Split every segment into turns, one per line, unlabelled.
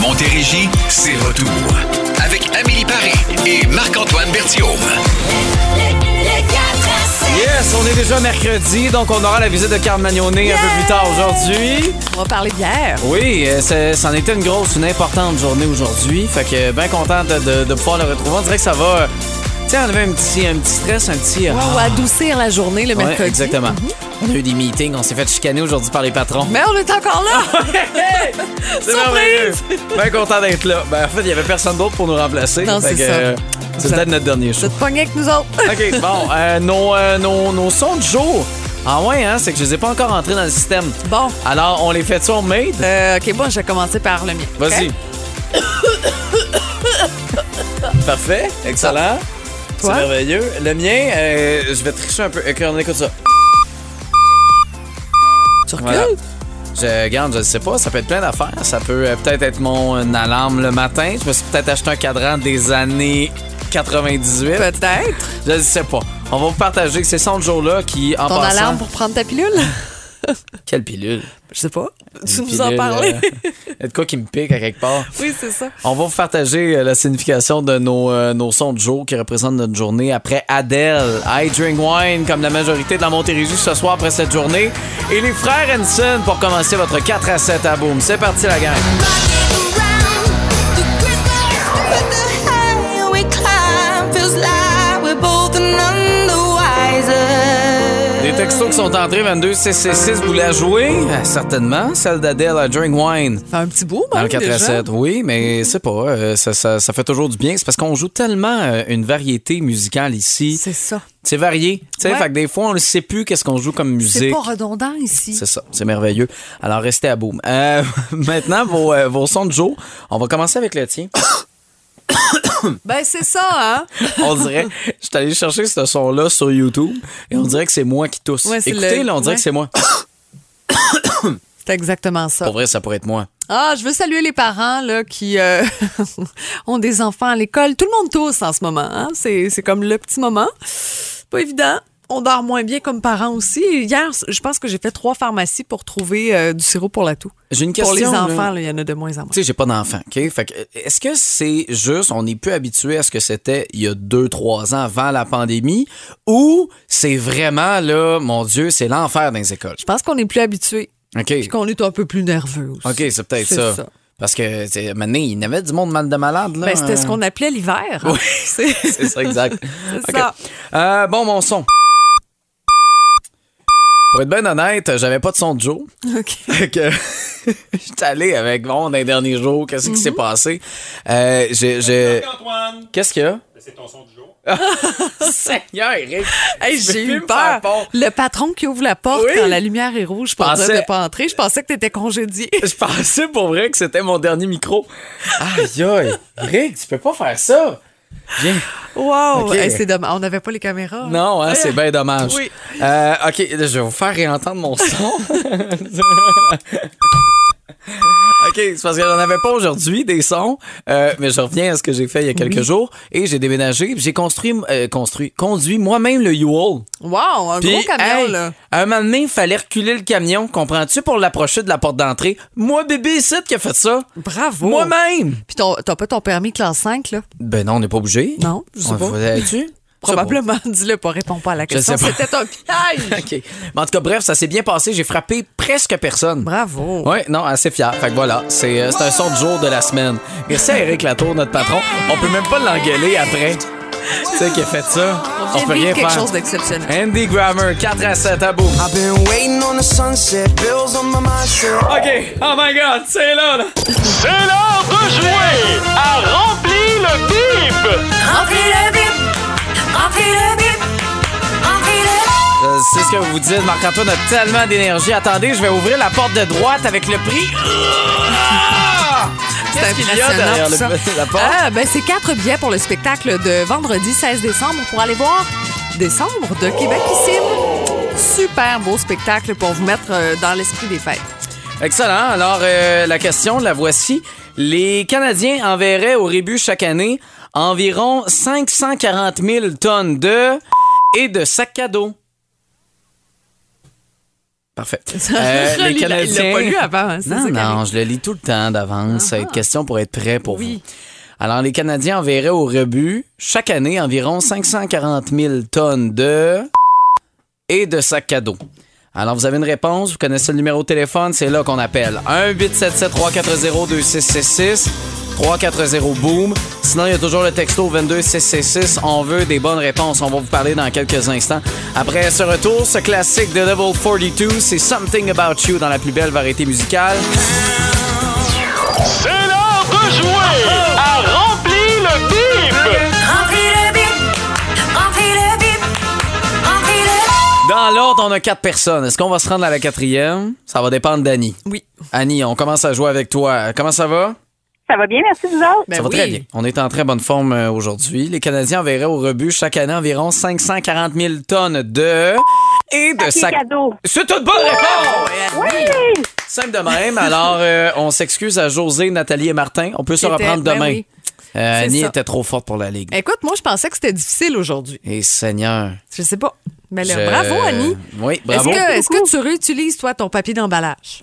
Montérégie, c'est retour. Avec Amélie Paris et Marc-Antoine Berthiaume.
Yes, on est déjà mercredi, donc on aura la visite de Carl Magnonet un peu plus tard aujourd'hui.
On va parler d'hier.
Oui, euh, c'est- c'en était une grosse, une importante journée aujourd'hui. Fait que euh, bien content de, de- de pouvoir le retrouver. On dirait que ça va, euh, tu sais, enlever un petit, un petit stress, un petit... euh,
On va adoucir la journée le
ouais,
mercredi. Mm-hmm.
exactement. On a eu des meetings, on s'est fait chicaner aujourd'hui par les patrons.
Mais on est encore là.
C'est
Surprise!
merveilleux. Bien content d'être là. Ben, en fait, il n'y avait personne d'autre pour nous remplacer.
Non,
Fait
c'est
que,
ça.
euh, C'est
Ça-
peut-être notre dernier show.
Je te pognais avec nous autres.
OK, bon, euh, nos, euh, nos, nos sons de jour. Ah ouais, hein, c'est que je les ai pas encore entrés dans le système.
Bon.
Alors, on les fait sur made?
Euh, ok, bon, je vais commencer par le mien.
Vas-y.
ok?
Parfait, excellent. C'est
Toi?
merveilleux. Le mien, euh, je vais tricher un peu. Ok, on écoute ça.
Tu recules?
Voilà. Je garde, je le sais pas, ça peut être plein d'affaires. Ça peut euh, peut-être être mon euh, alarme le matin. Je me suis peut-être acheté un cadran des années 98.
Peut-être.
Je le sais pas. On va vous partager ces sons de jour-là qui, en
Ton
passant...
alarme pour prendre ta pilule?
Quelle pilule!
Je sais pas. Tu
Une
nous en
pilule,
parlais.
euh, y a de quoi qui me pique à quelque part.
oui, c'est ça.
On va vous partager euh, la signification de nos, euh, nos sons de jour qui représentent notre journée après Adele, I Drink Wine, comme la majorité de la Montérégie ce soir après cette journée, et les frères Henson pour commencer votre 4 à 7 à Boom. C'est parti la gang! Des textos qui sont entrés, 22 CC6, vous la jouez? Euh, Certainement, celle d'Adele, I Drink Wine.
Fait un petit bout,
Dans
même,
le 4
déjà.
à 7, oui, mais c'est pas, euh, ça, ça- ça fait toujours du bien. C'est parce qu'on joue tellement euh, une variété musicale ici.
C'est ça.
C'est varié. Tu sais,
Ouais.
fait que des fois, on ne sait plus qu'est-ce qu'on joue comme
C'est
musique.
pas redondant ici.
C'est ça, c'est merveilleux. Alors, restez à boum. Euh, maintenant, vos, euh, vos sons de jour. On va commencer avec le tien.
Ben, c'est ça, hein?
On dirait, je suis allé chercher ce son-là sur YouTube et on dirait que c'est moi qui tousse.
Ouais, c'est
Écoutez,
le-
là, on dirait
ouais.
que c'est moi.
C'est exactement ça.
Pour vrai, ça pourrait être moi.
Ah, je veux saluer les parents là, qui euh, ont des enfants à l'école. Tout le monde tousse en ce moment. hein. C'est, c'est comme le petit moment. Pas évident. On dort moins bien comme parents aussi. Et Hier, je pense que j'ai fait trois pharmacies pour trouver euh, du sirop pour la toux.
J'ai une
Pour
question.
les
là.
enfants, là, il y en a de moins en moins.
Tu sais, j'ai pas d'enfant, OK? Fait que, euh, est-ce que c'est juste, on est plus habitué à ce que c'était il y a deux, trois ans avant la pandémie, ou c'est vraiment, là, mon Dieu, c'est l'enfer dans les écoles?
Je pense qu'on est plus habitué
OK.
puis qu'on est un peu plus nerveux aussi.
OK, c'est peut-être
C'est
ça.
ça.
Parce que, tu sais, maintenant, il y en avait du monde mal de malade, là.
Ben, c'était ce
euh,
qu'on appelait l'hiver. hein.
Oui.
C'est-
C'est ça, exact.
C'est
OK.
ça.
Euh, bon, mon son. Pour être bien honnête, j'avais pas de son de jour.
OK.
Fait que j'étais allé avec bon dans les derniers jours, qu'est-ce qui
Mm-hmm.
s'est passé? Euh, j'ai- j'ai-
Antoine,
Qu'est-ce qu'il y a?
c'est ton son du jour.
Seigneur, Eric!
Hey,
tu
j'ai
veux
eu
plus me faire
peur.
peur.
Le patron qui ouvre la porte
Oui.
quand la lumière est rouge pour
Pensais-
dire de pas entrer, je pensais que t'étais congédié.
Je pensais pour vrai que c'était mon dernier micro. Aïe, aïe! Eric, tu peux pas faire ça! Viens.
Wow!
Ok.
Hey, c'est dommage. On n'avait pas les caméras.
Non, hein, c'est bien dommage.
Oui.
Euh, OK, je vais vous faire réentendre mon son. OK, c'est parce que j'en avais pas aujourd'hui des sons, euh, mais je reviens à ce que j'ai fait il y a quelques jours et j'ai déménagé, puis j'ai construit, euh, construit, conduit moi-même le U-Haul.
Wow! Un gros camion,
hey,
là.
à un moment donné, il fallait reculer le camion, comprends-tu, pour l'approcher de la porte d'entrée. Moi, bébé, ici, qui a fait ça.
Bravo!
Moi-même.
Puis ton- t'as pas ton permis classe 5, là?
Ben non, on n'est pas obligé.
Non, je sais
On
pas.
faisait- tu? Je sais pas.
Probablement. Dis-le pas, réponds pas à la
Je sais
question.
pas.
C'était un piège!
OK. Mais en tout cas, bref, ça s'est bien passé. J'ai frappé presque personne.
Bravo!
Ouais, non, assez fier. Fait que voilà, c'est euh, c'est un son de jour de la semaine. Merci à Eric Latour, notre patron. On peut même pas l'engueuler après. Tu sais qui a fait ça. On,
vient
peut
de vivre
rien
quelque
faire.
chose d'exceptionnel.
Andy Grammer, 4 à 7 à bout.
I've been waiting on the sunset, bills on my mindset.
OK. Oh my God, c'est là, là.
C'est l'heure de jouer à Remplis le bip
Euh, c'est ce que vous dites. Marc-Antoine a tellement d'énergie. Attendez, je vais ouvrir la porte de droite avec le prix. Ah!
C'est
Qu'est-ce qu'il y a derrière
impressionnant, tout
le-
ça.
la porte?
Ah, ben, c'est quatre billets pour le spectacle de vendredi 16 décembre pour aller voir Décembre de Québec ici. Super beau spectacle pour vous mettre euh, dans l'esprit des fêtes.
Excellent. Alors, euh, la question, la voici. Les Canadiens enverraient au rébut chaque année environ 540 000 tonnes de et de sacs cadeaux. Parfait. Euh,
Je l'ai- il l'a- il l'a pas lu avant, hein, c'est
non,
ça,
non,
Karine?
je le lis tout le temps d'avance. Ça va être question pour être prêt pour
ah. Oui.
vous. Alors, les Canadiens enverraient au rebut chaque année environ 540 000 tonnes de et de sacs cadeaux. Alors, vous avez une réponse, vous connaissez le numéro de téléphone, c'est là qu'on appelle. 1-877-340-2666, 340-BOOM. Sinon, il y a toujours le texto 22666. On veut des bonnes réponses. On va vous parler dans quelques instants. Après ce retour, ce classique de Level 42, c'est Something About You dans la plus belle variété musicale.
C'est l'heure de jouer à Rempli le bip!
Remplis le bip, remplis le bip, remplis le
Dans l'ordre, on a quatre personnes. Est-ce qu'on va se rendre à la quatrième? Ça va dépendre d'Annie.
Oui.
Annie, on commence à jouer avec toi. Comment ça va?
Ça va bien, merci vous autres.
Ben
ça va
oui.
très bien. On est en très bonne forme euh, aujourd'hui. Les Canadiens enverraient au rebut chaque année environ 540 000 tonnes de... Et de
Papier
sacs...
cadeau.
C'est toute bonne réponse! Eh
Oui!
Simple de même. Alors, euh, on s'excuse à José, Nathalie et Martin. On peut se
Qui étaient-
reprendre
ben
demain.
oui.
Euh,
C'est
Annie
ça.
était trop forte pour la Ligue.
Écoute, moi, je pensais que c'était difficile aujourd'hui.
Et Seigneur.
Je sais pas. Mais là,
je-
Eh. bravo, Annie.
Oui,
Est-ce
bravo.
que, est-ce que
beaucoup.
tu réutilises, toi, ton papier d'emballage?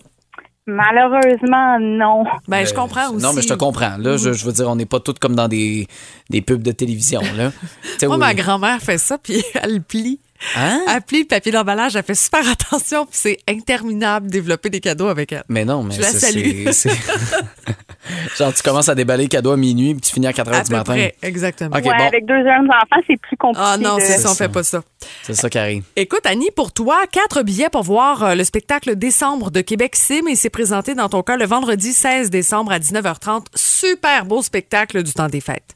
Malheureusement, non.
Ben, je comprends aussi.
Euh,
Mm.
Non, mais je te comprends. Là, je, je veux dire, on n'est pas toutes comme dans des, des pubs de télévision. Là. Tu sais,
Moi,
oui.
ma grand-mère fait ça, puis elle le plie.
Hein?
Elle plie le papier d'emballage, elle fait super attention, puis c'est interminable de développer des cadeaux avec elle.
Mais non, mais
Je la
c'est-
salue.
c'est. c'est- Genre, tu commences à déballer le cadeau à minuit puis tu finis à 4 h
à
Ah, du
peu
matin.
près, exactement.
OK,
ouais,
bon,
Avec deux jeunes enfants, c'est plus compliqué.
Ah non,
de-
c'est ça, on
ça.
fait pas ça.
c'est ça qui arrive.
Écoute, Annie, pour toi, quatre billets pour voir euh, le spectacle décembre de Québec Sim et c'est présenté dans ton cas le vendredi 16 décembre à 19h30. Super beau spectacle du temps des fêtes.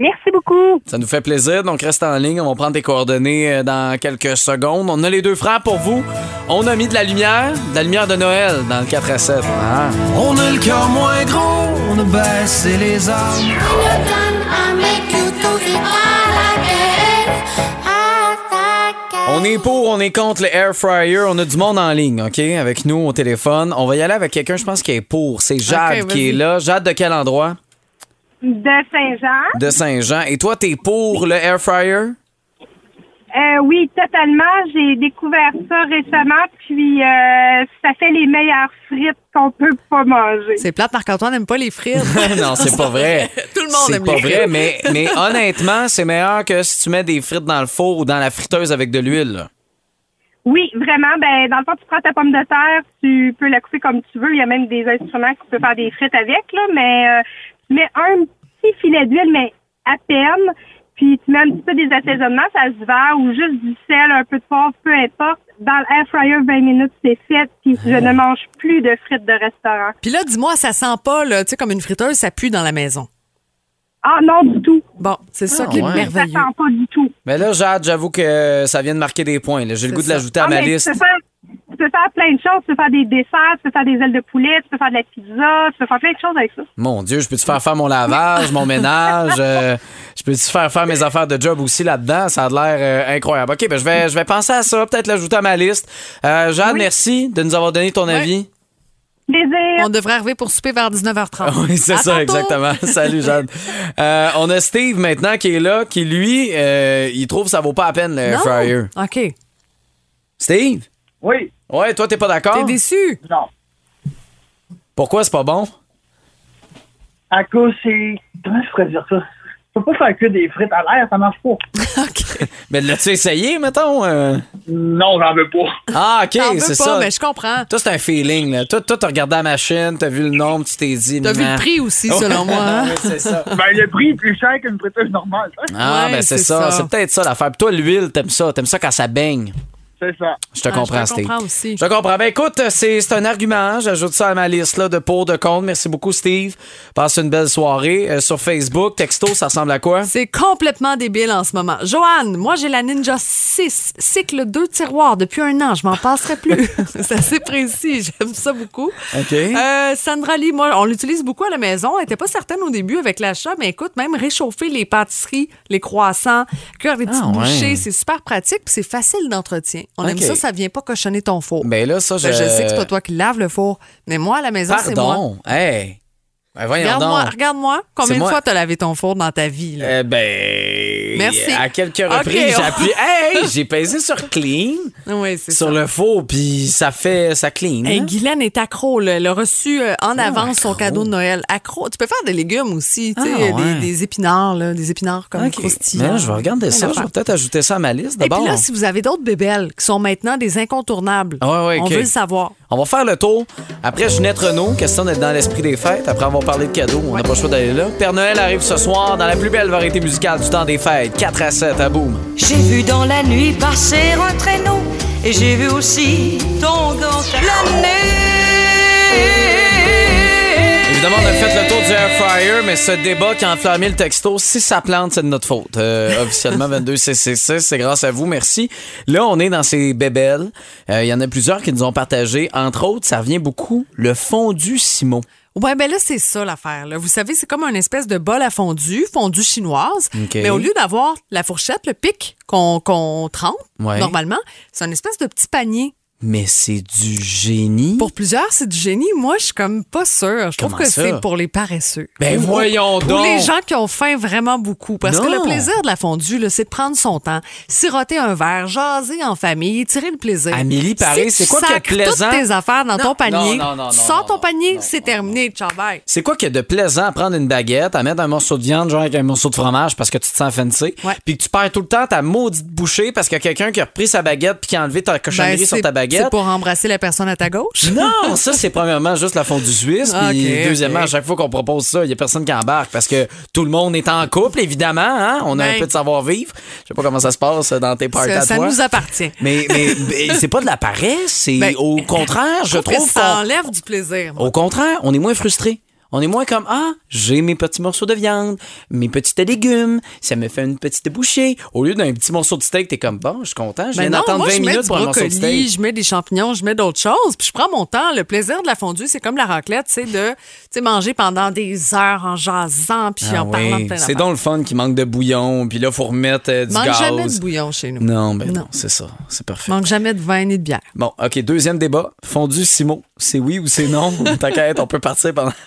Merci beaucoup.
Ça nous fait plaisir, donc reste en ligne. On va prendre tes coordonnées euh, dans quelques secondes. On a les deux frères pour vous. On a mis de la lumière, de la lumière de Noël dans le 4 à 7. Ah.
On a le cœur moins gros, on a baissé les armes.
On est pour, on est contre le air fryer. On a du monde en ligne, OK, avec nous au téléphone. On va y aller avec quelqu'un, je pense, qui est pour. C'est Jade
OK,
qui est
vas-y.
là. Jade, de quel endroit?
De Saint-Jean.
De Saint-Jean. Et toi, t'es pour le air fryer?
Euh, oui, totalement. J'ai découvert ça récemment, puis euh, ça fait les meilleures frites qu'on peut pas manger.
C'est plate, Marc-Antoine n'aime pas les frites.
non, c'est pas vrai.
Tout le monde
C'est
aime
pas
les
vrai,
frites.
mais, mais honnêtement, c'est meilleur que si tu mets des frites dans le four ou dans la friteuse avec de l'huile. là.
Oui, vraiment. Ben, dans le fond, tu prends ta pomme de terre, tu peux la couper comme tu veux. Il y a même des instruments que tu peux faire des frites avec, là, mais euh, tu mets un petit filet d'huile, mais à peine. Puis tu mets un petit peu des assaisonnements, ça se verre, ou juste du sel, un peu de poivre, peu importe. Dans l'air fryer, 20 minutes, c'est fait. Puis
Ah
je ne mange plus de frites de restaurant.
Puis là, dis-moi, ça sent pas, là, tu sais, comme une friteuse, ça pue dans la maison.
Ah non, du tout.
Bon, c'est ça
Ah,
qui est
ouais.
Ça
merveilleux.
sent pas du tout.
Mais là, Jade, j'avoue que ça vient de marquer des points. là. J'ai le
C'est
goût de
ça.
l'ajouter à
Ah,
ma
mais
liste.
Tu peux, faire, tu peux faire plein de choses. Tu peux faire des desserts, tu peux faire des ailes de poulet, tu peux faire de la pizza, tu peux faire plein de choses avec ça.
Mon Dieu, je peux-tu faire faire mon lavage, mon ménage? euh, je peux-tu faire faire mes affaires de job aussi là-dedans? Ça a l'air euh, incroyable. OK, ben, je, vais, je vais penser à ça, peut-être l'ajouter à ma liste. Euh, Jade, merci de nous avoir donné ton avis.
Plaisir.
On devrait arriver pour souper vers 19h30.
Ah Oui, c'est
À
ça,
tantôt.
exactement. Salut, Jade. Euh, on a Steve maintenant qui est là, qui lui, euh, il trouve que ça vaut pas la peine le
Non?
fryer.
OK.
Steve?
Oui,
Ouais, toi, t'es pas
T'es
d'accord?
déçu?
non.
Pourquoi c'est pas bon?
À cause, c'est. Comment je pourrais dire ça? Je peux pas faire que des frites à l'air, ça marche pas.
OK.
Mais l'as-tu essayé, mettons? euh?
Non, j'en veux pas.
Ah, OK,
T'en veux
c'est
pas,
ça.
mais je comprends.
Toi, c'est un feeling, là. Toi, toi, t'as regardé la machine, t'as vu le nombre, tu t'es dit.
T'as vu
Nah.
le prix aussi, selon moi. hein?
Oui, c'est ça.
Ben, le prix est plus cher qu'une friteuse normale. hein?
Ah,
Ouais,
ben c'est
c'est
ça.
ça.
C'est peut-être ça l'affaire. Puis toi, l'huile, t'aimes ça. T'aimes ça quand ça baigne.
C'est ça.
Je te
Ah,
comprends,
je te
Steve.
comprends aussi.
Je te comprends. Ben écoute, c'est c'est un argument. J'ajoute ça à ma liste là, de pour, de contre. Merci beaucoup, Steve. Passe une belle soirée. Euh, sur Facebook, texto, ça ressemble à quoi?
C'est complètement débile en ce moment. Joanne, moi j'ai la Ninja 6, cycle 2 tiroirs depuis un an, je m'en passerai plus. c'est assez précis, j'aime ça beaucoup.
OK.
Euh, Sandra Lee, moi on l'utilise beaucoup à la maison, elle était pas certaine au début avec l'achat, mais écoute, même réchauffer les pâtisseries, les croissants, cuire des petites
Ah, ouais.
bouchées, c'est super pratique, puis c'est facile d'entretien. On aime
OK.
ça, ça vient pas cochonner ton four.
Ben là, ça, je.
Ben, je sais que c'est pas toi qui lave le four, mais moi à la maison c'est moi.
Pardon. Hey. Ben voyons
Regarde-moi,
donc.
regarde-moi,
C'est
combien de
moi.
fois t'as lavé ton four dans ta vie là?
Euh, ben,
Merci.
À quelques
Ok,
reprises,
on-
j'ai appuyé. Hey, j'ai pesé sur clean,
Oui, c'est
sur
ça.
le faux, puis ça fait, ça clean.
Hey,
hein? Oh,
Guylaine est accro. là. Elle a reçu euh, en avance son
accro.
cadeau de Noël. Accro. Tu peux faire des légumes aussi, tu sais,
Ah, ouais.
des, des épinards, là, des épinards comme
Ok.
croustillants.
Mais je vais regarder
Plein
ça. Je
d'affaires.
vais peut-être ajouter ça à ma liste
Et puis
d'abord.
là, si vous avez d'autres bébelles qui sont maintenant des incontournables,
Ah ouais, ouais,
on
ok.
veut le savoir.
On va faire le tour. Après, Ginette Renault, question d'être dans l'esprit des fêtes. Après, on va parler de cadeaux. On n'a pas le choix d'aller là. Père Noël arrive ce soir dans la plus belle variété musicale du temps des fêtes. 4 à 7, à boum.
J'ai vu dans la nuit passer un traîneau et j'ai vu aussi ton gant planer.
Évidemment, on a fait le tour du air fryer, mais ce débat qui a enflammé le texto, si ça plante, c'est de notre faute. Euh, officiellement, 22CCC, c'est grâce à vous, merci. Là, on est dans ces bébelles. Euh, Il y en a plusieurs qui nous ont partagé. Entre autres, ça revient beaucoup, le fondu Simon.
Ouais, ben là, c'est ça l'affaire. là. Vous savez, c'est comme une espèce de bol à fondue, fondue chinoise.
OK.
Mais au lieu d'avoir la fourchette, le pic qu'on qu'on trempe,
Ouais.
normalement, c'est une espèce de petit panier.
Mais c'est du génie.
Pour plusieurs, c'est du génie. Moi, je suis comme pas sûre. Je trouve
Comment
que
ça?
c'est pour les paresseux.
Ben
Ou-
voyons
Ou
donc!
les gens qui ont faim vraiment beaucoup. Parce que
Non.
le plaisir de la fondue, là, c'est de prendre son temps, siroter un verre, jaser en famille, tirer le plaisir.
Amélie Paré,
Si
c'est
tu
quoi qui est
sacres
plaisant?
toutes tes affaires dans
Non.
ton panier,
Non, non, non,
tu
non,
sors
non,
ton
non,
panier,
non,
c'est
non,
terminé, ciao, bye.
C'est quoi qu'il y a de plaisant à prendre une baguette, à mettre un morceau de viande, genre avec un morceau de fromage parce que tu te sens fancy,
Ouais.
puis que tu perds tout le temps ta maudite bouchée parce qu'il y a quelqu'un qui a repris sa baguette puis qui a enlevé ta cochonnerie
Ben,
sur
c'est-
ta baguette.
C'est pour embrasser la personne à ta gauche.
Non, ça, c'est premièrement juste la fondue suisse. Puis
Ok,
deuxièmement,
ok.
à chaque fois qu'on propose ça, il n'y a personne qui embarque parce que tout le monde est en couple, évidemment. hein? On a
Ben.
un peu de savoir-vivre. Je sais pas comment ça se passe euh, dans tes parties
Ça,
à
ça
toi.
nous appartient.
Mais, mais, mais c'est pas de la paresse. C'est
Ben,
au contraire, je
que
trouve
ça
qu'on...
enlève du plaisir. moi.
Au contraire, on est moins frustré. On est moins comme ah, j'ai mes petits morceaux de viande, mes petits légumes, ça me fait une petite bouchée. Au lieu d'un petit morceau de steak, t'es comme bon, je suis content, je
Ben
viens
non,
d'attendre
moi,
20
je mets
minutes
du
pour un morceau de
brocoli,
steak.
je mets des champignons, je mets d'autres choses, puis je prends mon temps. Le plaisir de la fondue, c'est comme la raclette, c'est de tu sais, manger pendant des heures en jasant, puis
Ah
en parlant de
oui,
plein
c'est
d'affaires.
donc le fun qui manque de bouillon, puis là faut remettre euh, du
Manque
gaz.
jamais de bouillon chez nous.
Non, ben non,
Non.
c'est ça, c'est parfait.
Manque jamais de vin ni de bière.
Bon, OK, deuxième débat, fondu Simo, c'est oui ou c'est non T'inquiète, on peut partir pendant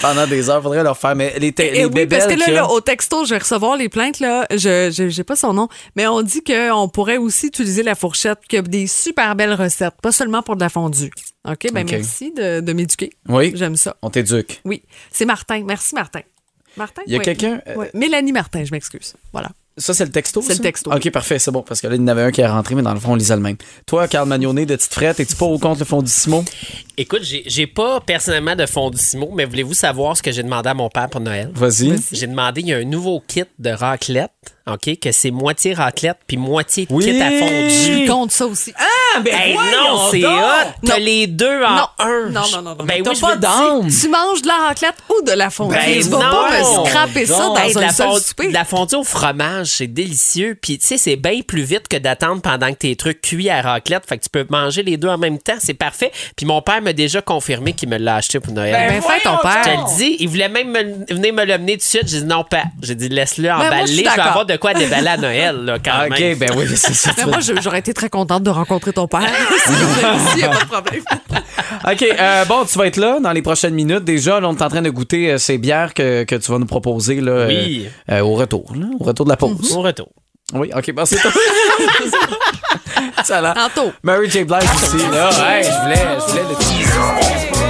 pendant des heures, faudrait leur faire mais les, te- les
Et Eh oui,
bébelles
parce que là,
qu'il y a-
là, au texto, je vais recevoir les plaintes, là. Je je- j'ai pas son nom, mais on dit qu'on pourrait aussi utiliser la fourchette, qu'il y a des super belles recettes, pas seulement pour de la fondue. OK, ben
OK.
merci de, de m'éduquer.
Oui.
J'aime ça.
on t'éduque.
Oui. C'est Martin. Merci, Martin. Martin?
Il y a
Oui.
quelqu'un, euh,
Oui. Mélanie Martin, je m'excuse. Voilà.
Ça, c'est le texto?
C'est le
ça?
texto.
OK, parfait, c'est bon. Parce que là, il y en avait un qui est rentré, mais dans le fond, on lisait le même. Toi, Carl Magnonnet, de Tite Frette, es-tu pas au compte le fond du Simon?
Écoute, j'ai j'ai pas personnellement de fondissimo, mais voulez-vous savoir ce que j'ai demandé à mon père pour Noël?
Vas-y.
J'ai demandé, il y a un nouveau kit de raclette, OK, que c'est moitié raclette puis moitié
Oui!
kit à
Oui.
fondue.
Compte ça aussi.
Ah, ben
Hey, non, c'est hot! T'as
Non.
les deux en
Non.
un.
Non, non, non, non.
Ben
T'as
oui, je
pas
veux-
d'âme!
Tu manges de la raclette ou de la fondue.
Ben
tu vas
non.
pas me scraper ça
Non.
dans
Hey, de
un
la,
seul
fond-
souper.
de la fondue au fromage, c'est délicieux. Puis, tu sais, c'est bien plus vite que d'attendre pendant que tes trucs cuits à raclette. Fait que tu peux manger les deux en même temps. C'est parfait. Puis, mon père m'a déjà confirmé qu'il me l'a acheté pour Noël.
Ben, fais ton père.
Je te le dis, il voulait même me- venir me l'amener tout de suite. J'ai dit non, pas. J'ai dit laisse-le
Ben, moi, je suis
emballer. Je vais
d'accord.
avoir de quoi déballer à Noël, là, quand
OK,
même.
ben oui, mais c'est ça.
Mais moi, je- j'aurais été très contente de rencontrer ton père. Il n'y a pas de problème.
OK, euh, bon, tu vas être là dans les prochaines minutes. Déjà, là, on est en train de goûter euh, ces bières que, que tu vas nous proposer là,
Oui. Mm-hmm.
euh, euh, au retour, là, au retour de la pause.
ben,
Au retour.
Oui, OK, bon, c'est tout. ça là.
Ah,
Tantôt.
Mary J. Blige aussi, là. Hey, je voulais, je voulais le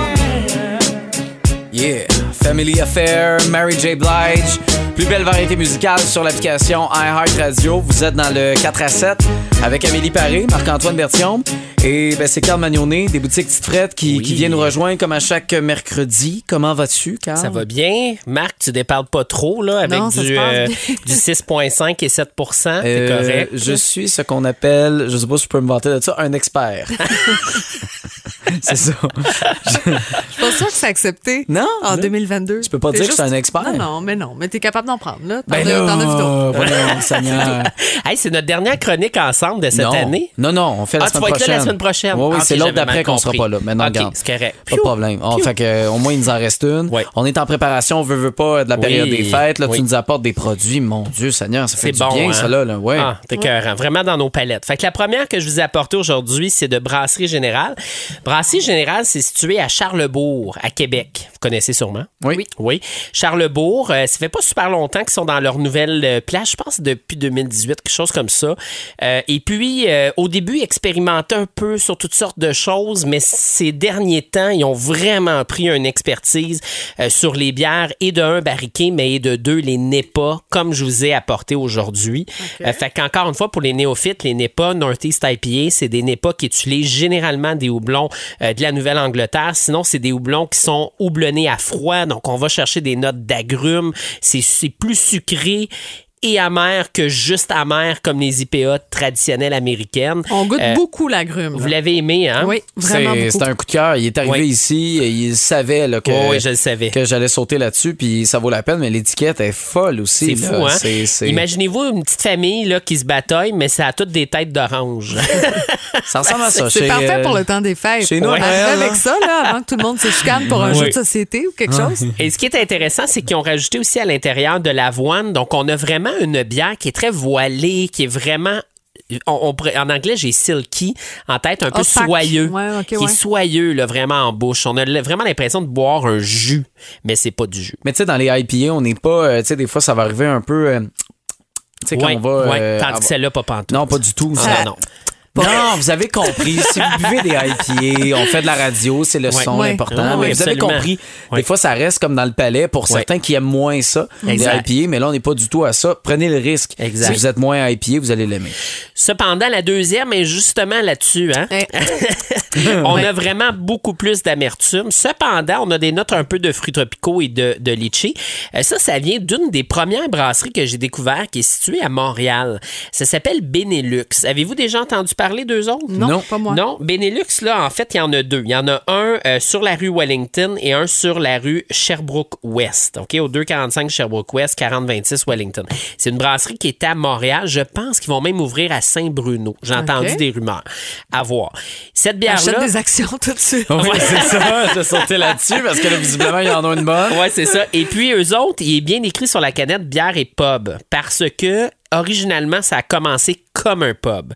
Yeah. Family Affair, Mary J. Blige. Plus belle variété musicale sur l'application iHeartRadio. Vous êtes dans le 4 à 7 avec Amélie Paré, Marc-Antoine Bertiom. Et ben, c'est Carl Magnonnet, des boutiques Petites Frettes, qui,
Oui.
qui vient nous rejoindre comme à chaque mercredi. Comment vas-tu, Carl?
Ça va bien. Marc, tu déparles pas trop, là, avec
Non, ça se
du,
passe
euh,
bien.
du 6,5 et 7 C'est
Euh,
correct.
Je suis ce qu'on appelle, je sais pas si je peux me vanter de ça, un expert. c'est ça.
Je suis pas sûre que c'est accepté
Non,
en
non.
2022.
Tu peux pas
T'es
dire que c'est un expert.
Non, non, mais non. Mais t'es capable d'en prendre. Là. T'en
Ben
as- t'en as vu d'autres.
là, voyons, Seigneur.
Hey, c'est notre dernière chronique ensemble de cette
non.
année.
Non, non, on fait la
Ah, tu
semaine
vas être là
prochaine.
la semaine prochaine.
Oui, oui,
Ah,
c'est
ok,
l'autre
j'avais
d'après
mal
qu'on sera
compris.
pas là. Maintenant,
Ok,
regarde.
c'est correct.
Pas de
Piou.
problème. En
Piou.
fait que, au moins, il nous en reste une.
Ouais.
On est en préparation, on veut, veut pas, de la
Oui,
période des fêtes. Là,
oui.
Tu nous apportes des produits, mon Dieu, Seigneur, ça fait
C'est
du
bon.
bien,
hein?
ça, là. là. Ouais.
Ah, t'es écœurant. Vraiment dans nos palettes. Fait que la première que je vous ai apportée aujourd'hui, c'est de Brasserie Générale. Brasserie Brasserie Générale, c'est situé à Charlebourg, à Québec. Vous connaissez sûrement.
Oui.
Oui. Charlebourg, euh, ça fait pas super longtemps qu'ils sont dans leur nouvelle euh, place. Je pense depuis 2018, quelque chose comme ça. Euh, et puis, euh, au début, ils expérimentaient un peu sur toutes sortes de choses, mais ces derniers temps, ils ont vraiment pris une expertise euh, sur les bières et de un, barriqué, mais de deux, les NEPA, comme je vous ai apporté aujourd'hui. Euh, fait qu'encore une fois, pour les néophytes, les NEPA, Northeast IPA, c'est des NEPA qui utilisent généralement des houblons euh, de la Nouvelle-Angleterre. Sinon, c'est des houblons qui sont houblonnés à froid. Donc, on va chercher des notes d'agrumes. C'est- C'est plus sucré et amer que juste amer comme les IPA traditionnelles américaines.
On goûte
Euh,
beaucoup l'agrume.
Vous l'avez aimé, hein?
Oui, vraiment
C'est
beaucoup.
c'est un coup de cœur. Il est arrivé
Oui.
ici, et il savait là, que,
Oh, oui, je le savais.
que j'allais sauter là-dessus, puis ça vaut la peine, mais l'étiquette est folle aussi.
C'est
là.
fou, hein?
C'est- c'est-
Imaginez-vous une petite famille là, qui se bataille, mais ça a toutes des têtes d'orange.
Ça ressemble à ça.
C'est
chez,
parfait
euh,
pour le temps des fêtes.
chez nous,
on
à
arrive
Noël, hein?
avec
là.
ça, là, avant que tout le monde se chicane pour un
Oui.
jeu de société ou quelque
Ah.
chose.
Et ce qui est intéressant, c'est qu'ils ont rajouté aussi à l'intérieur de l'avoine. Donc, on a vraiment une bière qui est très voilée, qui est vraiment. on- on pourrait- en anglais, j'ai silky en tête, un peu
Opaque.
soyeux.
Ouais, ok,
qui
ouais.
est soyeux, là, vraiment en bouche. On a le- vraiment l'impression de boire un jus, mais c'est pas du jus.
Mais tu sais, dans les IPA, on n'est pas. euh, tu sais, des fois, ça va arriver un peu. euh, tu sais, quand
Ouais,
on va.
ouais.
euh,
Tandis
avoir-
que celle-là, pas pantoute.
Non, pas du tout.
Ah,
ça.
non, non.
Non, vous avez compris. Si vous buvez des IPA, on fait de la radio, c'est le
Ouais. Ah,
son
Ouais.
Ouais,
important. mais vous
absolument.
avez compris.
Ouais.
Des fois, ça reste comme dans le palais pour
Ouais.
certains qui aiment moins ça,
Exact.
les IPA, mais là, on n'est pas du tout à ça. Prenez le risque.
Exact.
Si vous êtes moins IPA, vous allez l'aimer.
Cependant, la deuxième est justement là-dessus. Hein?
Eh,
on a vraiment beaucoup plus d'amertume. Cependant, on a des notes un peu de fruits tropicaux et de, de litchi. Euh, ça, ça vient d'une des premières brasseries que j'ai découvert qui est située à Montréal. Ça s'appelle Benelux. Avez-vous déjà entendu parler d'eux autres?
non,
Non.
pas moi.
Non, Benelux, là, en fait, il y en a deux. Il y en a un euh, sur la rue Wellington et un sur la rue Sherbrooke-Ouest. OK, au 245 Sherbrooke-Ouest, 4026 Wellington. C'est une brasserie qui est à Montréal. Je pense qu'ils vont même ouvrir à Saint-Bruno. J'ai entendu des rumeurs. À voir. Cette
Achète
bière-là.
des actions tout de suite.
Oui, c'est ça. Je sautais là-dessus parce que là, visiblement, il y en a une bonne.
Ouais, c'est ça. Et puis, eux autres, il est bien écrit sur la canette bière et pub parce que. Originalement, ça a commencé comme un pub.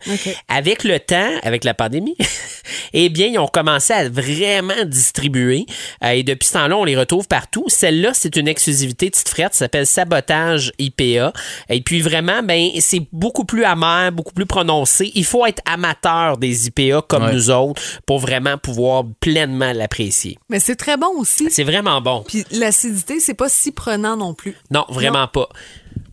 Avec le temps, avec la pandémie, eh bien, ils ont commencé à vraiment distribuer. Euh, et depuis ce temps-là, on les retrouve partout. Celle-là, c'est une exclusivité de petite frette. Ça s'appelle Sabotage IPA. Et puis, vraiment, ben, c'est beaucoup plus amer, beaucoup plus prononcé. Il faut être amateur des IPA comme
Ouais.
nous autres pour vraiment pouvoir pleinement l'apprécier.
Mais c'est très bon aussi.
C'est vraiment bon.
Puis l'acidité, c'est pas si prenant non plus.
Non, vraiment pas.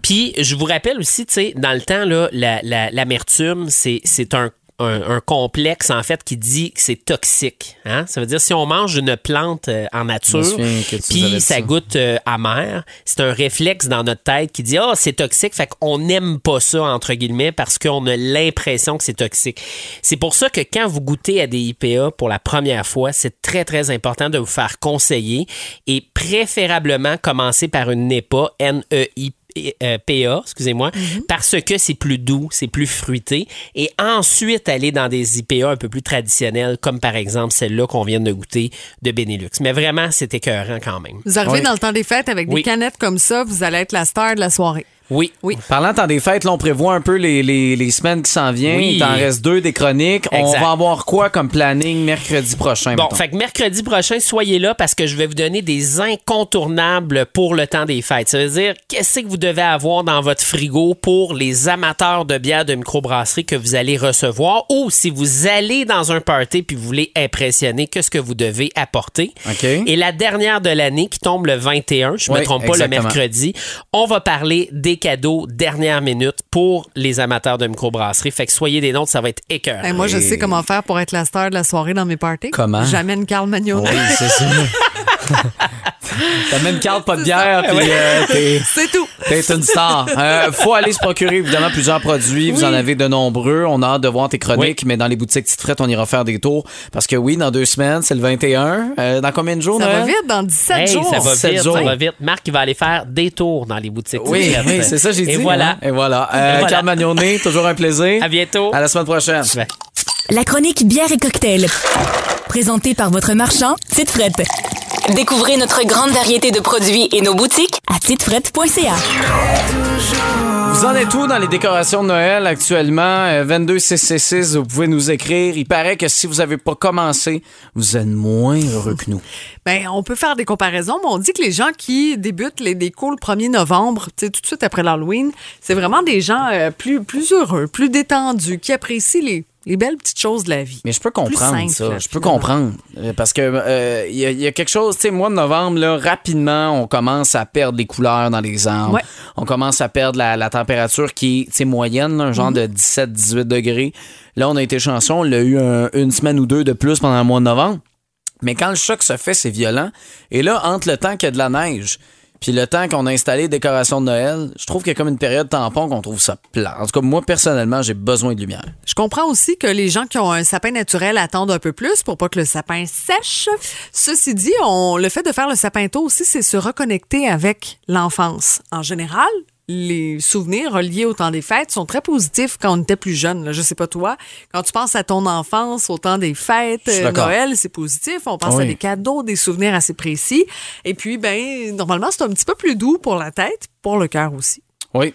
Puis, je vous rappelle aussi, tu sais, dans le temps, là, la- la- l'amertume, c'est c'est un, un- un complexe, en fait, qui dit que c'est toxique. hein. Ça veut dire, si on mange une plante euh, en nature,
souviens que tu nous avais
puis
dit
ça
ça.
goûte euh, amer, c'est un réflexe dans notre tête qui dit, ah, c'est toxique, fait qu'on n'aime pas ça, entre guillemets, parce qu'on a l'impression que c'est toxique. C'est pour ça que quand vous goûtez à des IPA pour la première fois, c'est très, très important de vous faire conseiller et préférablement commencer par une E NEPA, N-E-I-P-A. euh, PA, excusez-moi, parce que c'est plus doux, c'est plus fruité, et ensuite aller dans des IPA un peu plus traditionnels, comme par exemple celle-là qu'on vient de goûter de Benelux. Mais vraiment, c'est écœurant quand même.
Vous arrivez
Oui.
dans le temps des fêtes avec
Oui.
des canettes comme ça, vous allez être la star de la soirée.
Oui.
Oui.
Parlant de temps des fêtes, là, on prévoit un peu les, les- les semaines qui s'en viennent.
Oui.
Il t'en reste deux des chroniques.
Exact.
On va avoir quoi comme planning mercredi prochain?
Bon,
mettons?
fait que mercredi prochain, soyez là parce que je vais vous donner des incontournables pour le temps des fêtes. Ça veut dire, qu'est-ce que vous devez avoir dans votre frigo pour les amateurs de bière de microbrasserie que vous allez recevoir ou si vous allez dans un party puis vous voulez impressionner, qu'est-ce que vous devez apporter.
OK.
Et la dernière de l'année qui tombe le 21, je me
Oui,
trompe pas, le
exactement.
mercredi, on va parler des cadeaux dernière minute pour les amateurs de microbrasserie. Fait que soyez des nôtres, ça va être écœurant.
Hey, Ben, moi, je sais comment faire pour être la star de la soirée dans mes parties.
Ah. Comment?
J'amène Carl Magnon.
Oui, c'est ça. T'as même carte, pas de bière, puis euh, t'es-
C'est tout.
t'es une star. Euh, faut aller se procurer, évidemment, plusieurs produits. Vous en avez de nombreux. On a hâte de voir tes chroniques, mais dans les boutiques petites frettes, on ira faire des tours. Parce que oui, dans deux semaines, c'est le 21. Euh, dans combien de jours,
Ça va
Noël?
vite dans 17
Hey,
jours.
ça va
Sept
vite,
jours.
ça va vite. Marc, il va aller faire des tours dans les boutiques.
Oui,
Tipeee.
oui, c'est ça, j'ai dit.
Et voilà.
hein. Et voilà. Euh,
Et voilà.
Carl Magnonet, toujours un plaisir.
À bientôt.
À la semaine prochaine.
La chronique bière et cocktail. Présentée par votre marchand, Titefrette. Découvrez notre grande variété de produits et nos boutiques à titefrette.ca.
toujours
Vous en êtes où dans les décorations de Noël actuellement? Euh, 22666, vous pouvez nous écrire. Il paraît que si vous n'avez pas commencé, vous êtes moins heureux que nous.
Ben, on peut faire des comparaisons, mais on dit que les gens qui débutent les décos le 1er novembre, tu sais, tout de suite après l'Halloween, c'est vraiment des gens euh, plus, plus heureux, plus détendus, qui apprécient les, les belles petites choses de la vie.
Mais je peux comprendre
simple,
ça. Je peux
finalement.
comprendre. Euh, Parce que euh, il y, a- il y a quelque chose, tu sais, mois de novembre, là, rapidement, on commence à perdre les couleurs dans les arbres.
Ouais.
On commence à perdre la, la température qui est tu sais, moyenne, là, un
Mhm.
genre de 17-18 degrés. Là, on a été chanceux, on l'a eu un- une semaine ou deux de plus pendant le mois de novembre. Mais quand le choc se fait, c'est violent. Et là, entre le temps qu'il y a de la neige, puis le temps qu'on a installé les décorations de Noël, je trouve qu'il y a comme une période tampon qu'on trouve ça plat. En tout cas, moi, personnellement, j'ai besoin de lumière.
Je comprends aussi que les gens qui ont un sapin naturel attendent un peu plus pour pas que le sapin sèche. Ceci dit, on, le fait de faire le sapin tôt aussi, c'est se reconnecter avec l'enfance. En général, les souvenirs reliés au temps des fêtes sont très positifs quand on était plus jeune. là. Je sais pas toi, quand tu penses à ton enfance, au temps des fêtes,
Je suis
euh,
d'accord.
Noël, c'est positif. On pense à
Oui.
des cadeaux, des souvenirs assez précis. Et puis, ben, normalement, c'est un petit peu plus doux pour la tête, pour le cœur aussi.
Oui.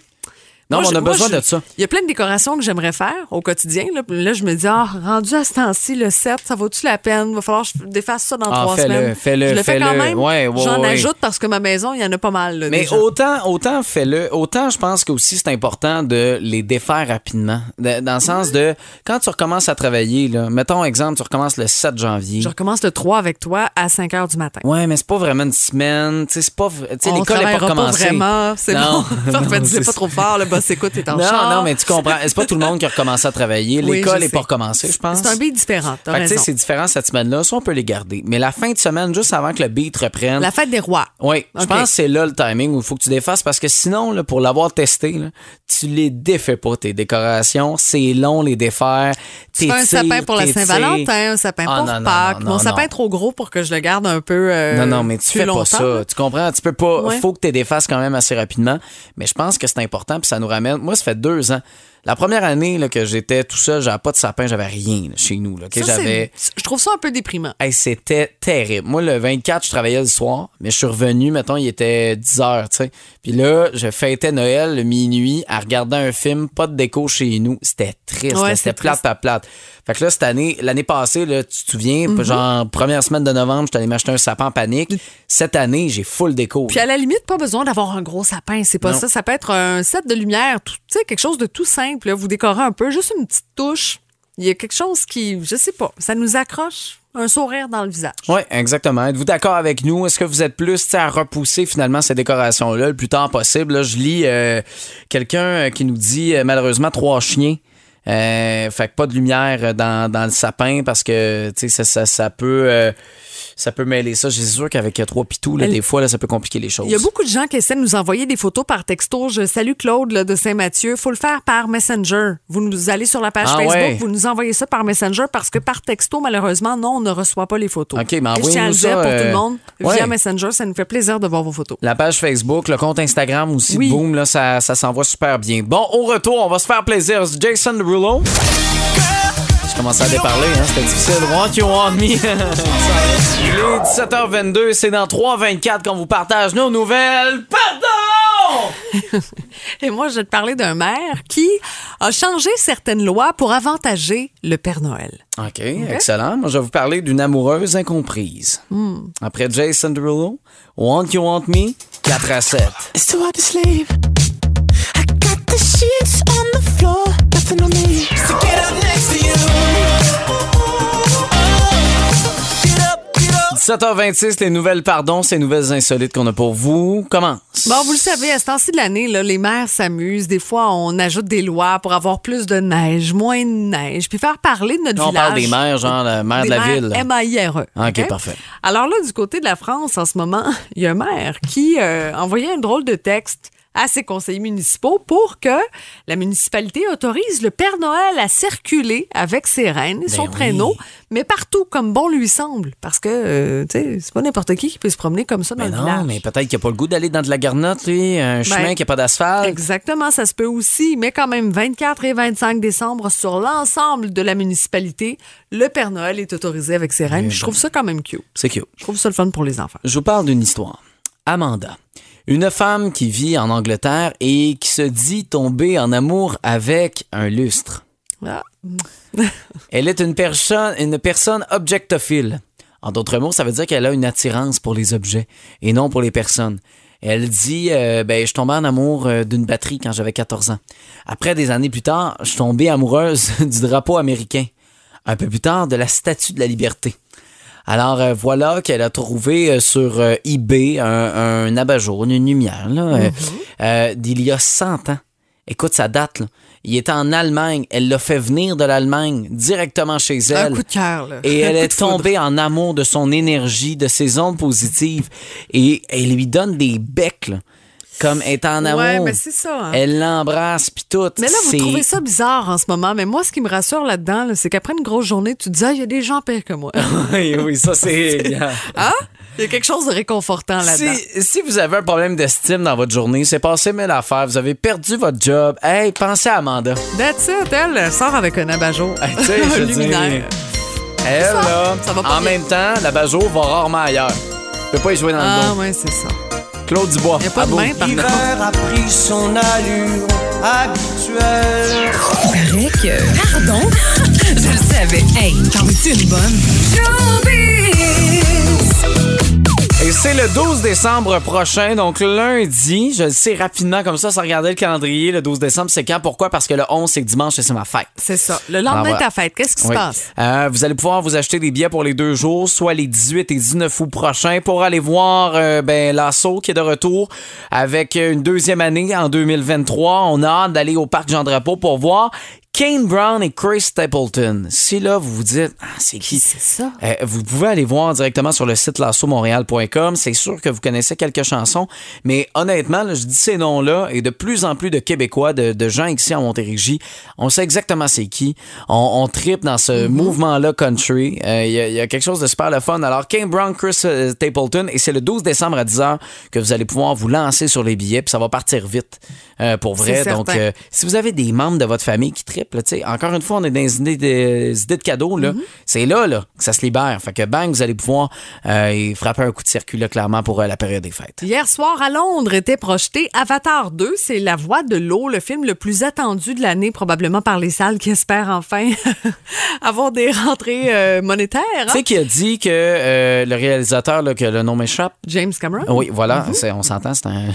Non,
Moi,
mais on
je-
a
moi,
besoin
je-
de ça.
Il y a plein de décorations que j'aimerais faire au quotidien. Là, Là, je me dis, ah, rendu à ce temps-ci, le 7, ça vaut-tu la peine? Va falloir que je défasse ça dans
Ah,
trois
fais-le,
semaines.
fais-le,
je le fais
fais-le.
quand même.
Ouais, ouais,
J'en
ouais.
ajoute parce que ma maison, il y en a pas mal. là,
Mais
déjà.
autant, autant fais-le, autant je pense qu'aussi c'est important de les défaire rapidement. De- dans le sens de, quand tu recommences à travailler, là, mettons exemple, tu recommences le 7 janvier.
Je recommence le 3 avec toi à 5 heures du matin.
Ouais, mais c'est pas vraiment une semaine. Tu sais, c'est pas. v- Tu sais,
On
l'école est pas
travaillera pas
recommencée.
vraiment, c'est
Non,
bon.
non,
Parfait, dis-le
c'est
pas
ça.
trop fort, le boss écoute, t'es en
Non,
char.
non, mais tu comprends. C'est pas tout le monde qui a recommencé à travailler.
Oui,
L'école
je
n'est pas
sais.
recommencée, je pense.
C'est un beat différent, t'as
Fait que, tu sais,
raison.
c'est différent cette semaine-là. Ça, on peut les garder. Mais la fin de semaine, juste avant que le beat reprenne.
La fête des rois.
Oui, je
Ok.
pense que c'est là le timing où il faut que tu défasses parce que sinon, là, pour l'avoir testé, là, tu les défais pas, tes décorations. C'est long les défaire.
Tu fais un sapin pour la Saint-Valentin, un sapin
Ah,
pour
non, non,
Pâques.
non,
Mon
non,
sapin
non.
est trop gros pour que je le garde un peu. euh,
non, non, mais tu
plus
fais pas
longtemps, là.
ça. Tu comprends? Tu peux pas.
Ouais.
faut que tu les défasses quand même assez rapidement. Mais je pense que c'est important. Puis ça nous ramène. Moi, ça fait deux ans. La première année là, que j'étais tout seul, j'avais pas de sapin, j'avais rien là, chez nous. Là, ok?
Ça, c'est-
J'avais.
Je trouve ça un peu déprimant.
Hey, c'était terrible. Moi, le 24, je travaillais le soir, mais je suis revenu, mettons, il était 10 heures, tu sais. Puis là, je fêtais Noël le minuit à regarder un film, pas de déco chez nous. C'était triste.
Ouais,
là,
c'est
c'était plate,
triste.
pas plate. Fait que là, cette année, l'année passée, là, tu te souviens,
Mhm.
genre, première semaine de novembre, je suis allé m'acheter un sapin en panique. Cette année, j'ai full déco.
Puis à la limite, pas besoin d'avoir un gros sapin, c'est pas
Non.
ça. Ça peut être un set de lumière, tout- tu sais, quelque chose de tout simple. là. Vous décorez un peu, juste une petite touche. Il y a quelque chose qui, je sais pas, ça nous accroche un sourire dans le visage.
Oui, exactement. Êtes-vous d'accord avec nous? Est-ce que vous êtes plus tu sais, à repousser finalement ces décorations-là le plus tard possible? Là, je lis euh, quelqu'un euh, qui nous dit euh, malheureusement trois chiens. Euh, fait que pas de lumière euh, dans, dans le sapin parce que tu sais, ça, ça, ça peut euh, ça peut mêler ça. J'ai sûr qu'avec euh, trois pitous, là,
Elle-
des fois, là, ça peut compliquer les choses.
Il y a beaucoup de gens qui essaient de nous envoyer des photos par texto. Je salue Claude là, de Saint-Mathieu. faut le faire par Messenger. Vous nous allez sur la page
Ah
Facebook,
ouais.
vous nous envoyez ça par Messenger parce que par texto, malheureusement, non, on ne reçoit pas les photos.
OK, mais
Je tiens à le
envoyez-nous
dire
ça,
pour tout le
euh,
monde. Via
ouais.
Messenger, ça nous fait plaisir de voir vos photos.
La page Facebook, le compte Instagram aussi, boom, là, ça, ça s'envoie super bien. Bon, au retour, on va se faire plaisir. C'est Jason Derulo. Je commençais à déparler, hein, c'était difficile. Want you want me? Il est 17h22, c'est dans 3h24 qu'on vous partage nos nouvelles. Pardon!
Et moi, je vais te parler d'un maire qui a changé certaines lois pour avantager le Père Noël.
OK, excellent. Moi, je vais vous parler d'une amoureuse incomprise.
Hmm.
Après Jason Derulo, Want you want me? 4 à 7.
It's too hard to sleep. I got the sheets on the floor, nothing on me. It's to get up next to you.
17h26, les nouvelles pardons, ces nouvelles insolites qu'on a pour vous. Comment?
Bon, vous le savez, à ce temps-ci de l'année, là, les maires s'amusent. Des fois, on ajoute des lois pour avoir plus de neige, moins de neige, puis faire parler de notre
On
village.
parle des maires, genre la maire
Des
de la
maires
ville. Ah,
M.A.I.R.E..
OK,
E, OK?
parfait.
Alors là, du côté de la France, en ce moment, il y a un maire qui euh, envoyait un drôle de texte à ses conseillers municipaux pour que la municipalité autorise le Père Noël à circuler avec ses reines, et
Ben
son
oui.
traîneau, mais partout comme bon lui semble. Parce que, euh, tu sais, c'est pas n'importe qui qui peut se promener comme ça dans
Mais
le
Ben non,
village. Ben,
mais peut-être qu'il n'a pas le goût d'aller dans de la garnotte, lui. Un chemin qui n'a pas d'asphalte.
Ah, Exactement, ça se peut aussi, mais quand même 24 et 25 décembre sur l'ensemble de la municipalité, le Père Noël est autorisé avec
Ben
ses reines. Je trouve ça quand même cute.
C'est cute.
Je trouve ça le fun pour les enfants.
Je vous parle d'une histoire. Amanda. Une femme qui vit en Angleterre et qui se dit tomber en amour avec un lustre.
Ah.
Elle est une personne, une personne objectophile. En d'autres mots, ça veut dire qu'elle a une attirance pour les objets et non pour les personnes. Elle dit euh, ben, Je tombais en amour euh, d'une batterie quand j'avais 14 ans. Après, des années plus tard, je suis tombée amoureuse du drapeau américain. Un peu plus tard, de la statue de la liberté. Alors euh, voilà qu'elle a trouvé euh, sur euh, eBay un, un abat-jour, une lumière, là, euh,
Mm-hmm.
euh, d'il y a 100 ans. Écoute, ça date. Là. Il était en Allemagne. Elle l'a fait venir de l'Allemagne directement chez
Un
elle.
coup de cœur, là.
Et
Un
elle
coup
est
de foudre.
tombée en amour de son énergie, de ses ondes positives. Et elle lui donne des becs, là, comme elle est en amour.
Ouais, mais c'est ça, hein.
Elle l'embrasse, puis tout.
Mais là, vous
C'est-
trouvez ça bizarre en ce moment. Mais moi, ce qui me rassure là-dedans, là, c'est qu'après une grosse journée, tu te dis, ah, il y a des gens pires que moi.
oui, oui, ça, c'est.
hein? Il y a quelque chose de réconfortant là-dedans.
Si, si vous avez un problème d'estime dans votre journée, c'est passé mille affaires, vous avez perdu votre job, hey, pensez à Amanda.
That's it, elle sort avec un abat-jour.
Tu sais, je veux dire,
Luminaire.
Elle,
Ça,
là,
ça va pas
en
bien.
même temps, la Bajo va rarement ailleurs. Je peux pas y jouer dans
Ah,
le dos.
ouais, c'est ça.
Claude Dubois.
Y a pas de
à
main,
bout.
par contre.
L'hiver a pris son allure habituelle.
Pardon? Je le savais. Hey, t'en veux-tu une bonne?
Et c'est le 12 décembre prochain, donc lundi. Je le sais rapidement comme ça, sans regarder le calendrier. Le 12 décembre, c'est quand? Pourquoi? Parce que le 11, c'est dimanche et c'est ma fête.
C'est ça. Le lendemain
Alors,
de ta fête, qu'est-ce qui se
Ah, Oui.
passe?
Euh, vous allez pouvoir vous acheter des billets pour les deux jours, soit les 18 et 19 août prochains, pour aller voir euh, ben, l'assaut qui est de retour avec euh, une deuxième année en 2023. On a hâte d'aller au parc Jean Drapeau pour voir. Kane Brown et Chris Stapleton. Si là, vous vous dites, ah, c'est qui? C'est
ça.
Euh, vous pouvez aller voir directement sur le site lassomontréal.com. C'est sûr que vous connaissez quelques chansons, mais honnêtement, là, je dis ces noms-là et de plus en plus de Québécois, de, de gens ici à Montérégie, on sait exactement c'est qui. On, on tripe dans
Mm-hmm.
ce mouvement-là country. Euh, Il y, a- il y a quelque chose de super le fun. Alors, Kane Brown, Chris euh, Stapleton, et c'est le 12 décembre à 10h que vous allez pouvoir vous lancer sur les billets, puis ça va partir vite euh, pour vrai.
C'est
Donc,
certain.
euh, si vous avez des membres de votre famille qui trippent, là, tu sais, encore une fois, on est dans les idées de, les idées de cadeaux. Là. C'est là, là que ça se libère. Fait que bang, vous allez pouvoir euh, y frapper un coup de circuit là, clairement pour euh, la période des fêtes.
Hier soir à Londres était projeté Avatar 2, c'est La Voix de l'eau, le film le plus attendu de l'année, probablement par les salles qui espèrent enfin avoir des rentrées euh, monétaires. hein.
Tu sais qui a dit que euh, le réalisateur, là, que le nom m'échappe,
James Cameron?
Ah Oui, voilà, c'est- on s'entend, c'est un.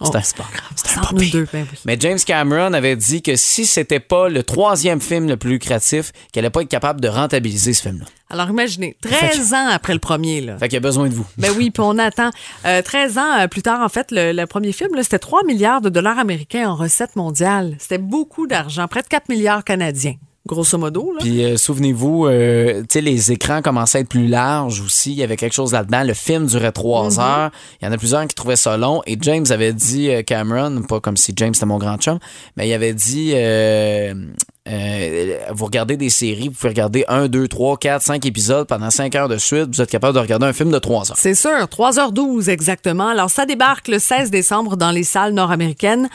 Oh. Mhm. C'est un, c'est un pas pire.
ben
Mais James Cameron avait dit que si c'était pas le troisième film le plus lucratif, qu'elle allait pas être capable de rentabiliser ce film-là.
Alors imaginez, 13 ans après le premier. Là.
Fait qu'il y a besoin de vous.
Ben oui, puis on attend. Euh, 13 ans euh, plus tard, en fait, le, le premier film, là, c'était 3 milliards de dollars américains en recettes mondiales. C'était beaucoup d'argent, près de 4 milliards canadiens, grosso modo. Là.
Puis euh, souvenez-vous, euh, tu sais, les écrans commençaient à être plus larges aussi. Il y avait quelque chose là-dedans. Le film durait trois
Mhm.
heures. Il y en a plusieurs qui trouvaient ça long. Et James avait dit, euh, Cameron, pas comme si James était mon grand chum, mais il avait dit, euh, euh, vous regardez des séries, vous pouvez regarder un, deux, trois, quatre, cinq épisodes pendant cinq heures de suite. Vous êtes capable de regarder un film de trois heures.
C'est sûr, 3h12 exactement. Alors, ça débarque le 16 décembre dans les salles nord-américaines.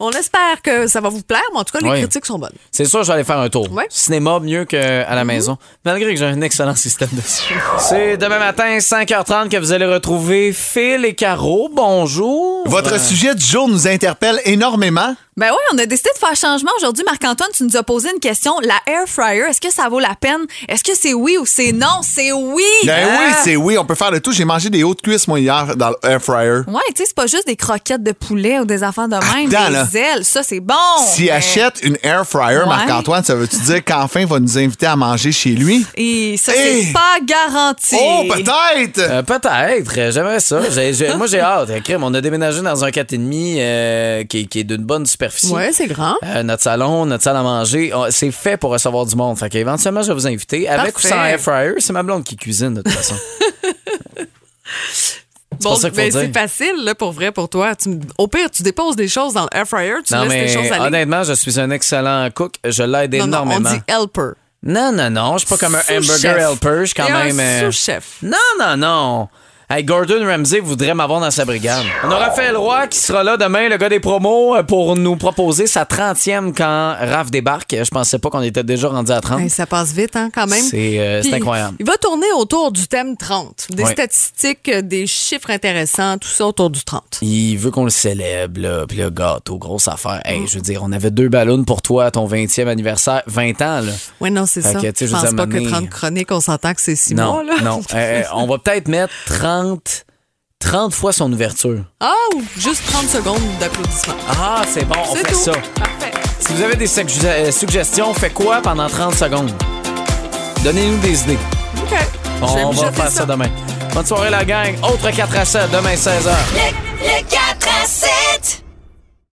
On espère que ça va vous plaire, mais en tout cas, les
Oui.
critiques sont bonnes.
C'est sûr, je vais aller faire un tour.
Ouais. Mhm.
Cinéma, mieux qu'à la maison. Malgré que j'ai un excellent système de son. C'est demain matin, 5h30, que vous allez retrouver Phil et Caro. Bonjour.
Votre sujet du jour nous interpelle énormément.
Ben oui, on a décidé de faire changement aujourd'hui. Marc-Antoine, tu nous as posé une question. La air fryer, est-ce que ça vaut la peine? Est-ce que c'est oui ou c'est non? C'est oui!
Ben
Ah!
oui, c'est oui, on peut faire le tout. J'ai mangé des hautes cuisses, moi, hier, dans l'air fryer.
Ouais, tu sais, c'est pas juste des croquettes de poulet ou des affaires de même.
Attends,
des
là.
ailes, ça, c'est bon!
S'il
mais-
achète une air fryer,
Ouais.
Marc-Antoine, ça veut-tu dire qu'enfin, il va nous inviter à manger chez lui?
Et ça,
Hey!
c'est pas garanti.
Oh, peut-être!
Euh, peut-être, Euh, j'aimerais ça. J'ai- j'ai- moi, j'ai hâte. Euh, crème, on a déménagé dans un 4,5 euh, qui, qui est d'une bonne superficie.
Ouais, c'est grand.
Euh, notre salon, notre salle à manger, on- c'est fait pour recevoir du monde. Fait qu'éventuellement, je vais vous inviter. Avec
Parfait.
ou sans air fryer, c'est ma blonde qui cuisine, de toute façon.
Bon,
pour ça qu'il faut
ben,
dire.
c'est facile, là, pour vrai, pour toi. Tu- au pire, tu déposes des choses dans l'air fryer, tu
non,
laisses les choses
mais
aller.
honnêtement, je suis un excellent cook. Je l'aide
Non, non, on
énormément.
dit helper.
Non, non, non. Je suis pas comme un hamburger
Sous-chef.
helper. Je suis quand
T'es un
même. euh,
sous-chef.
Non, non, non. Hey, Gordon Ramsay voudrait m'avoir dans sa brigade. On a Raphaël Roy qui sera là demain, le gars des promos, euh, pour nous proposer sa 30e quand Raph débarque. Je pensais pas qu'on était déjà rendu à 30.
Ben, ça passe vite, hein, quand même.
C'est, euh, c'est
Puis,
incroyable.
Il va tourner autour du thème 30. Des
Ouais.
statistiques, euh, des chiffres intéressants, tout ça autour du 30.
Il veut qu'on le célèbre, là. Puis le gâteau, grosse affaire. Hey, je veux dire, on avait deux ballons pour toi à ton 20e anniversaire. 20 ans, là.
Oui, non, c'est
Fait
ça.
que, tu sais, je
je
veux
pense
dire,
pas
mener-
que 30 chroniques, on s'entend que c'est 6
non,
mois. Là.
non. Euh, on va peut-être mettre 30, 30 fois son ouverture.
Ah, ou juste 30 secondes d'applaudissements.
Ah, c'est bon, on
C'est
fait
tout.
ça.
Parfait.
Si vous avez des sugg- euh, suggestions, on fait quoi pendant 30 secondes? Donnez-nous des idées.
OK.
On
Je vais me
va
jeter
faire ça. demain. Bonne soirée, la gang. Autre 4 à 7, demain 16h.
Les gars!